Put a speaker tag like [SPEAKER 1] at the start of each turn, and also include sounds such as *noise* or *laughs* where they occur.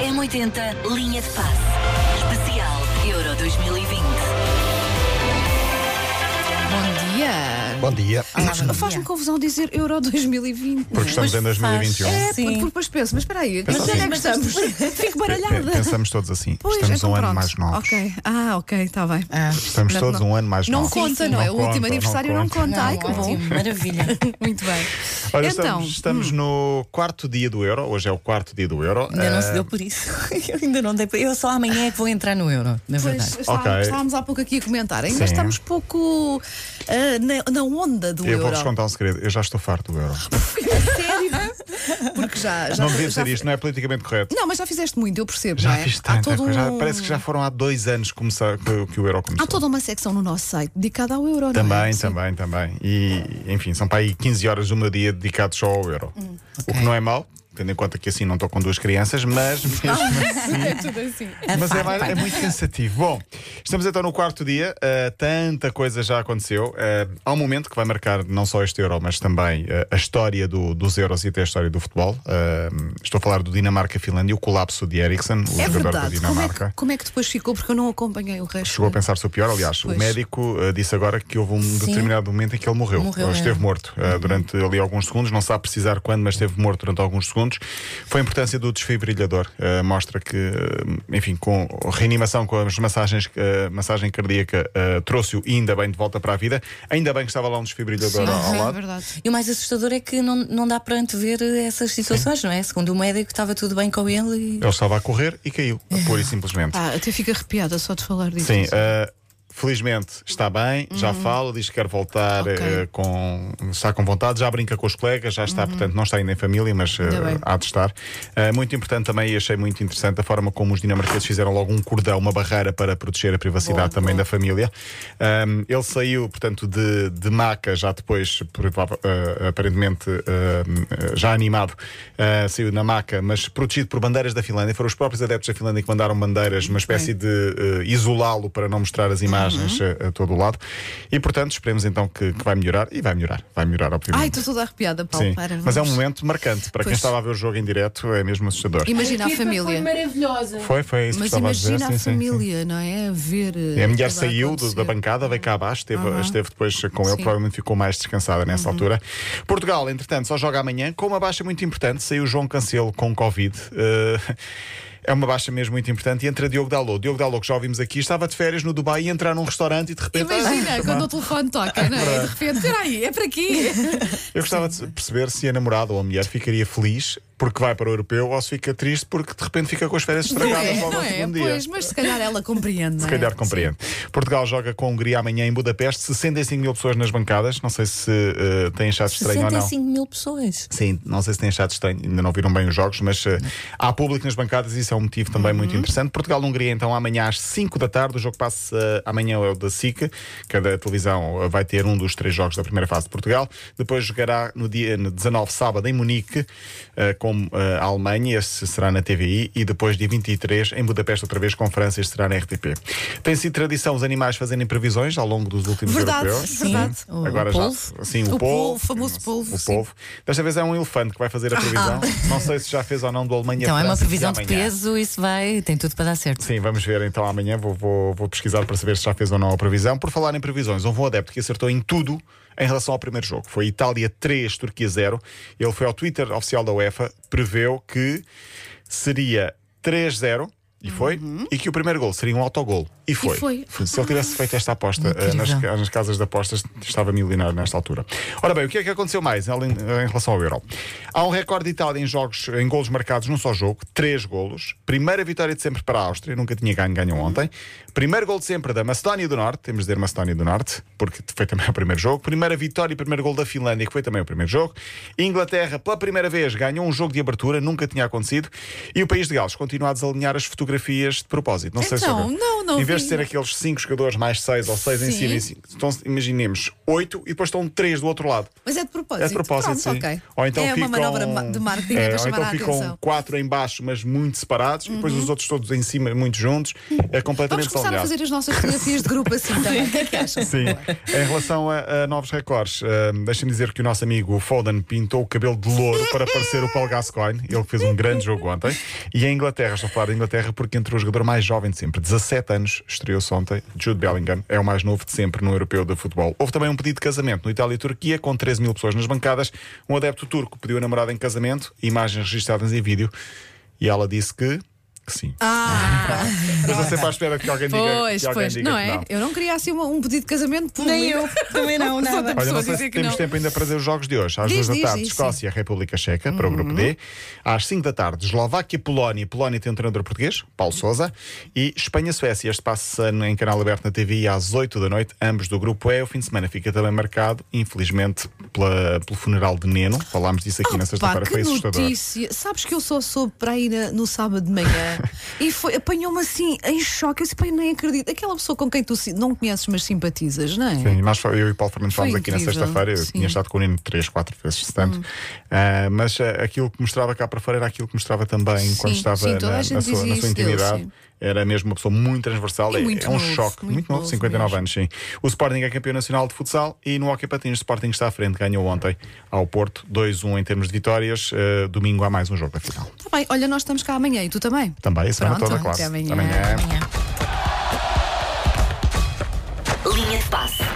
[SPEAKER 1] M80 Linha de Passe. Especial Euro 2020.
[SPEAKER 2] Bom dia.
[SPEAKER 3] Bom dia.
[SPEAKER 2] Ah, Faz- Faz-me confusão dizer Euro 2020.
[SPEAKER 3] Porque estamos em 2021.
[SPEAKER 2] *laughs* É,
[SPEAKER 4] Sim.
[SPEAKER 2] porque depois penso, mas espera aí,
[SPEAKER 3] Pensa
[SPEAKER 2] mas onde é
[SPEAKER 3] assim.
[SPEAKER 2] que estamos? *laughs* Fico
[SPEAKER 3] Pe- pe-
[SPEAKER 2] baralhada.
[SPEAKER 3] Pensamos todos assim.
[SPEAKER 2] Pois,
[SPEAKER 3] estamos
[SPEAKER 2] então
[SPEAKER 3] um ano
[SPEAKER 2] pronto.
[SPEAKER 3] mais novos. É.
[SPEAKER 2] Ok, ah, ok, está bem.
[SPEAKER 4] Ah,
[SPEAKER 3] Estamos
[SPEAKER 2] Não-
[SPEAKER 3] todos
[SPEAKER 2] não-
[SPEAKER 3] um ano mais
[SPEAKER 2] Não
[SPEAKER 3] novos.
[SPEAKER 2] conta, não é? o último
[SPEAKER 3] conta,
[SPEAKER 2] aniversário não conta. Ai, que bom.
[SPEAKER 4] ótimo, maravilha.
[SPEAKER 2] Muito bem.
[SPEAKER 3] Ora,
[SPEAKER 2] então,
[SPEAKER 3] estamos, estamos no quarto dia do euro. Hoje é o quarto dia do euro.
[SPEAKER 4] Ainda não se
[SPEAKER 3] Eh,
[SPEAKER 4] deu *laughs* por isso. Eu ainda não dei por... Eu só amanhã é que vou entrar no euro, na
[SPEAKER 2] pois,
[SPEAKER 4] verdade.
[SPEAKER 2] estávamos,
[SPEAKER 3] Ok.
[SPEAKER 2] estávamos há pouco aqui a comentar, ainda
[SPEAKER 3] Sim.
[SPEAKER 2] estamos pouco ah, na, na onda do
[SPEAKER 3] eu
[SPEAKER 2] euro.
[SPEAKER 3] vou-vos
[SPEAKER 2] *laughs*
[SPEAKER 3] contar um segredo. Eu já estou farto do euro.
[SPEAKER 2] Porque já, já
[SPEAKER 3] não devia dizer
[SPEAKER 2] já-
[SPEAKER 3] isto, não é politicamente correto.
[SPEAKER 2] Não, mas já fizeste muito, eu percebo.
[SPEAKER 3] Já
[SPEAKER 2] não é?
[SPEAKER 3] fiz
[SPEAKER 2] há
[SPEAKER 3] tanta
[SPEAKER 2] todo
[SPEAKER 3] coisa. Já-
[SPEAKER 2] um-
[SPEAKER 3] Parece que já foram há dois anos que, começa- que- que o euro começou.
[SPEAKER 2] Há toda uma secção no nosso site dedicada ao euro, não é?
[SPEAKER 3] Também,
[SPEAKER 2] Sim.
[SPEAKER 3] também,
[SPEAKER 2] *laughs*
[SPEAKER 3] também. E, enfim, são para aí 15 horas do meu dia dedicados só ao euro.
[SPEAKER 2] Hum,
[SPEAKER 3] O que não é mau, tendo em conta que assim não estou com duas crianças,
[SPEAKER 2] *laughs*
[SPEAKER 3] mas mesmo assim. Mas é, mais- é muito cansativo. Bom, estamos então no quarto dia, eh, tanta coisa já aconteceu. Eh, há um momento que vai marcar não só este euro, mas também eh, a história do- dos euros e até a história do futebol. Eh, estou a falar do Dinamarca-Finlândia, o colapso de Eriksen, o
[SPEAKER 2] É
[SPEAKER 3] jogador da
[SPEAKER 2] verdade. Como é,
[SPEAKER 3] Dinamarca.
[SPEAKER 2] que, como é que depois ficou? Porque eu não acompanhei o resto.
[SPEAKER 3] Chegou a pensar-se o pior, aliás,
[SPEAKER 2] Pois.
[SPEAKER 3] o médico eh, disse agora que houve um determinado momento em que ele morreu.
[SPEAKER 4] Morreu,
[SPEAKER 3] Ele
[SPEAKER 4] é.
[SPEAKER 3] esteve morto eh, durante ali alguns segundos, não sabe precisar quando, mas esteve morto durante alguns segundos. Foi a importância do desfibrilhador. eh, mostra que, eh, enfim, com a reanimação, com as massagens, eh, massagem cardíaca, eh, trouxe-o ainda bem de volta para a vida. Ainda bem que estava lá um
[SPEAKER 4] Sim,
[SPEAKER 3] desfibrilhador
[SPEAKER 4] Uhum.
[SPEAKER 3] ao, ao
[SPEAKER 2] É
[SPEAKER 3] lado.
[SPEAKER 2] verdade.
[SPEAKER 4] E o mais assustador é que não, não dá para antever essas situações, não é? Segundo o médico, estava tudo bem com ele e.
[SPEAKER 3] Ele estava a correr e caiu,
[SPEAKER 4] *laughs*
[SPEAKER 3] pura e simplesmente.
[SPEAKER 2] Ah, até fico arrepiada só de falar disso.
[SPEAKER 3] Sim, eh, felizmente está bem, já fala, diz que quer voltar
[SPEAKER 2] Uhum. Ok.
[SPEAKER 3] eh, com. está com vontade, já brinca com os colegas, já está, portanto, não está ainda em família, mas eh,
[SPEAKER 2] Uhum. Ainda bem.
[SPEAKER 3] há de estar. Eh, muito importante também, e achei muito interessante a forma como os dinamarqueses fizeram logo um cordão, uma barreira para proteger a privacidade também da família. Ahm, ele saiu, portanto, de, de maca, já depois, prova- eh, aparentemente, eh, já animado, eh, saiu na maca, mas protegido por bandeiras da Finlândia. Foram os próprios adeptos da Finlândia que mandaram bandeiras, uma espécie de eh, isolá-lo para não mostrar as imagens eh, a, todo o lado. E, portanto, esperemos então que, que vai melhorar. E vai melhorar, vai melhorar,
[SPEAKER 2] Ai,
[SPEAKER 3] obviamente.
[SPEAKER 2] estou toda arrepiada, Paulo.
[SPEAKER 3] Sim,
[SPEAKER 2] Para,
[SPEAKER 3] mas é um
[SPEAKER 2] vamos.
[SPEAKER 3] momento marcante. Para quem
[SPEAKER 2] Pois.
[SPEAKER 3] estava a ver o jogo em direto, é mesmo assustador.
[SPEAKER 2] Imagina a
[SPEAKER 5] equipa Foi
[SPEAKER 2] família.
[SPEAKER 5] maravilhosa.
[SPEAKER 3] Foi, foi isso que
[SPEAKER 2] Mas
[SPEAKER 3] estava a dizer.
[SPEAKER 2] imagina a
[SPEAKER 3] Sim, sim, sim.
[SPEAKER 2] família, não é? A ver.
[SPEAKER 3] E
[SPEAKER 2] eh,
[SPEAKER 3] a mulher
[SPEAKER 2] tudo
[SPEAKER 3] saiu do-
[SPEAKER 2] acontecer.
[SPEAKER 3] da bancada, veio cá abaixo, esteve, esteve depois com ele,
[SPEAKER 2] Sim. Uhum.
[SPEAKER 3] provavelmente ficou mais descansada nessa altura. Portugal, entretanto, só joga amanhã com uma baixa muito importante. Saiu João Cancelo com Covid. Eh, é uma baixa mesmo muito importante. E entra Diogo Dalot. Diogo Dalot, que já ouvimos aqui, estava de férias no Dubai e entrar num restaurante e de repente. Ah, *laughs*
[SPEAKER 2] Imagina quando o telefone toca, não é? E de repente, peraí, é para quê?
[SPEAKER 3] Eu gostava de perceber se a namorada ou a mulher ficaria feliz porque vai para o europeu ou se fica triste porque de repente fica com as férias estragadas
[SPEAKER 2] é,
[SPEAKER 3] logo
[SPEAKER 2] não
[SPEAKER 3] ao
[SPEAKER 2] é?
[SPEAKER 3] segundo dia.
[SPEAKER 2] Pois, mas se calhar ela compreende. é?
[SPEAKER 3] Se calhar compreende. Portugal joga com a Hungria amanhã em Budapeste, 65 mil pessoas nas bancadas. Não sei se eh, têm achado estranho ou não.
[SPEAKER 4] 65 mil pessoas.
[SPEAKER 3] Sim, não sei se têm achado estranho, ainda não viram bem os jogos, mas eh, há público nas bancadas e isso é um motivo também muito interessante. Portugal-Hungria, então, amanhã às 5 da tarde, o jogo passa eh, amanhã é o da SIC, cada televisão eh, vai ter um dos três jogos da primeira fase de Portugal. Depois jogará no dia no 19, sábado, em Munique, eh, com eh, a Alemanha, esse será na TVI, e depois dia 23, em Budapeste, outra vez com França, este será na RTP. Tem sido tradição os animais fazerem previsões ao longo dos últimos
[SPEAKER 2] Verdade,
[SPEAKER 3] europeus.
[SPEAKER 2] verdade.
[SPEAKER 4] O-
[SPEAKER 3] Agora
[SPEAKER 4] o
[SPEAKER 3] já,
[SPEAKER 4] polvo.
[SPEAKER 3] sim, Assim, o,
[SPEAKER 2] O polvo,
[SPEAKER 3] polvo,
[SPEAKER 2] o famoso polvo,
[SPEAKER 3] O
[SPEAKER 2] sim.
[SPEAKER 3] polvo. Desta vez é um elefante que vai fazer a previsão. Não sei se já fez ou não do Alemanha.
[SPEAKER 4] Então é uma
[SPEAKER 3] França,
[SPEAKER 4] previsão
[SPEAKER 3] que é
[SPEAKER 4] de
[SPEAKER 3] amanhã.
[SPEAKER 4] peso, isso vai, tem tudo para dar certo.
[SPEAKER 3] Sim, vamos ver então amanhã. Vou, vou, vou pesquisar para saber se já fez ou não a previsão. Por falar em previsões, houve um adepto que acertou em tudo em relação ao primeiro jogo. Foi Itália 3, Turquia 0. Ele foi ao Twitter oficial da UEFA, preveu que seria 3-0. E foi, e que o primeiro gol seria um autogol. E foi.
[SPEAKER 2] foi.
[SPEAKER 3] Se ele tivesse feito esta aposta eh, nas,
[SPEAKER 4] Incrível.
[SPEAKER 3] nas casas de apostas, estava milionário nesta altura. Ora bem, o que é que aconteceu mais além- eh, em relação ao Euro? Há um recorde de Itália em jogos, em golos marcados num só jogo, três golos. Primeira vitória de sempre para a Áustria, nunca tinha ganho, ganham
[SPEAKER 2] Uhum.
[SPEAKER 3] ontem. Primeiro gol de sempre da Macedónia do Norte, temos de dizer Macedónia do Norte, porque foi também *laughs* o primeiro jogo. Primeira vitória e primeiro gol da Finlândia, que foi também o primeiro jogo. Inglaterra, pela primeira vez, ganhou um jogo de abertura, nunca tinha acontecido. E o país de Gales continua a desalinhar as fotografias fotografias de propósito. Não sei se
[SPEAKER 2] Então,
[SPEAKER 3] soube.
[SPEAKER 2] não, não
[SPEAKER 3] Em vez de
[SPEAKER 2] vi.
[SPEAKER 3] ser aqueles cinco jogadores mais seis ou seis em
[SPEAKER 2] Sim.
[SPEAKER 3] cima, em cima então, imaginemos oito e depois estão três do outro lado.
[SPEAKER 2] Mas é de propósito.
[SPEAKER 3] É de propósito,
[SPEAKER 2] Pronto,
[SPEAKER 3] sim.
[SPEAKER 2] ok.
[SPEAKER 3] Ou então
[SPEAKER 2] é
[SPEAKER 3] ficam,
[SPEAKER 2] uma manobra ma- de marketing é,
[SPEAKER 3] é,
[SPEAKER 2] para
[SPEAKER 3] ou
[SPEAKER 2] chamar
[SPEAKER 3] então
[SPEAKER 2] a
[SPEAKER 3] ficam
[SPEAKER 2] atenção. Uhum.
[SPEAKER 3] quatro em baixo, mas muito separados, e depois os outros todos em cima, muito juntos. É
[SPEAKER 2] Vamos
[SPEAKER 3] completamente
[SPEAKER 2] começar a
[SPEAKER 3] salgado.
[SPEAKER 2] fazer as nossas fotografias de grupo assim também. O que é que acham?
[SPEAKER 3] Sim. em relação a, a novos recordes, hum, deixem-me dizer que o nosso amigo Foden pintou o cabelo de louro para parecer o Paul Gascoigne. Ele fez um grande jogo ontem. E a Inglaterra, estou a falar da Inglaterra porque entrou o jogador mais jovem de sempre, 17 anos, estreou-se ontem. Jude Bellingham é o mais novo de sempre no europeu de futebol. Houve também um pedido de casamento no Itália e Turquia, com 13 mil pessoas nas bancadas. Um adepto turco pediu a namorada em casamento, imagens registradas em vídeo, e ela disse que. que sim.
[SPEAKER 2] Ah,
[SPEAKER 3] Mas *laughs* eu sempre à espera que alguém diga.
[SPEAKER 2] pois,
[SPEAKER 3] que alguém
[SPEAKER 2] pois.
[SPEAKER 3] diga
[SPEAKER 2] Não
[SPEAKER 3] que
[SPEAKER 2] é? Eu não queria assim uma- um pedido de casamento público.
[SPEAKER 4] Nem eu, também não,
[SPEAKER 2] Só
[SPEAKER 4] nada.
[SPEAKER 2] outra
[SPEAKER 3] Olha,
[SPEAKER 2] pessoa
[SPEAKER 3] não sei
[SPEAKER 2] dizer
[SPEAKER 3] se
[SPEAKER 2] que
[SPEAKER 3] temos
[SPEAKER 2] não.
[SPEAKER 3] tempo ainda para fazer os jogos de hoje. Às
[SPEAKER 2] Diz,
[SPEAKER 3] duas da
[SPEAKER 2] diz,
[SPEAKER 3] tarde,
[SPEAKER 2] diz, Uhum.
[SPEAKER 3] Escócia, República Checa, para o grupo D. Às 5 da tarde, Eslováquia, Polónia. Polónia tem um treinador português, Paulo Souza. E Espanha, Suécia. Este passa no- em canal aberto na TV e às 8 da noite, ambos do grupo E. O fim de semana fica também marcado, infelizmente, pela- pelo funeral de Neno. Falámos disso aqui na
[SPEAKER 2] Oh, Ah, Pá,
[SPEAKER 3] sexta-feira,
[SPEAKER 2] que
[SPEAKER 3] foi assustador.
[SPEAKER 2] notícia! Sabes que eu só soube para ir na- no sábado de *laughs* manhã e foi- apanhou-me assim em choque. Eu disse, "Pai, nem acredito. Aquela pessoa com quem tu si- não conheces, mas simpatizas, não é?
[SPEAKER 3] Sim, nós, eu e o Paulo Fernandes
[SPEAKER 2] Foi
[SPEAKER 3] falámos aqui na
[SPEAKER 2] incrível,
[SPEAKER 3] sexta-feira. Eu
[SPEAKER 2] sim.
[SPEAKER 3] tinha estado com o Nino 3, 4 vezes, tanto. Ah, mas ah, aquilo que mostrava cá para fora era aquilo que mostrava também
[SPEAKER 2] Sim,
[SPEAKER 3] quando estava
[SPEAKER 2] sim, toda a
[SPEAKER 3] na, na
[SPEAKER 2] gente
[SPEAKER 3] sua, na
[SPEAKER 2] dizia
[SPEAKER 3] sua
[SPEAKER 2] isso dele,
[SPEAKER 3] intimidade.
[SPEAKER 2] sim.
[SPEAKER 3] era mesmo uma pessoa muito transversal.
[SPEAKER 2] E
[SPEAKER 3] é,
[SPEAKER 2] muito
[SPEAKER 3] é um
[SPEAKER 2] novo,
[SPEAKER 3] choque.
[SPEAKER 2] muito
[SPEAKER 3] Muito novo,
[SPEAKER 2] novo
[SPEAKER 3] 59
[SPEAKER 2] mesmo.
[SPEAKER 3] anos, sim. O Sporting é campeão nacional de futsal e no Hockey Patins, o Sporting está à frente. Ganhou ontem ao Porto 2-1 em termos de vitórias. Ah, domingo há mais um jogo da final.
[SPEAKER 2] Tá bem, olha, nós estamos cá amanhã e tu também. é
[SPEAKER 3] Também, a semana
[SPEAKER 2] Pronto,
[SPEAKER 3] toda, claro.
[SPEAKER 2] até amanhã.
[SPEAKER 3] Amanhã.
[SPEAKER 1] Linha de passe.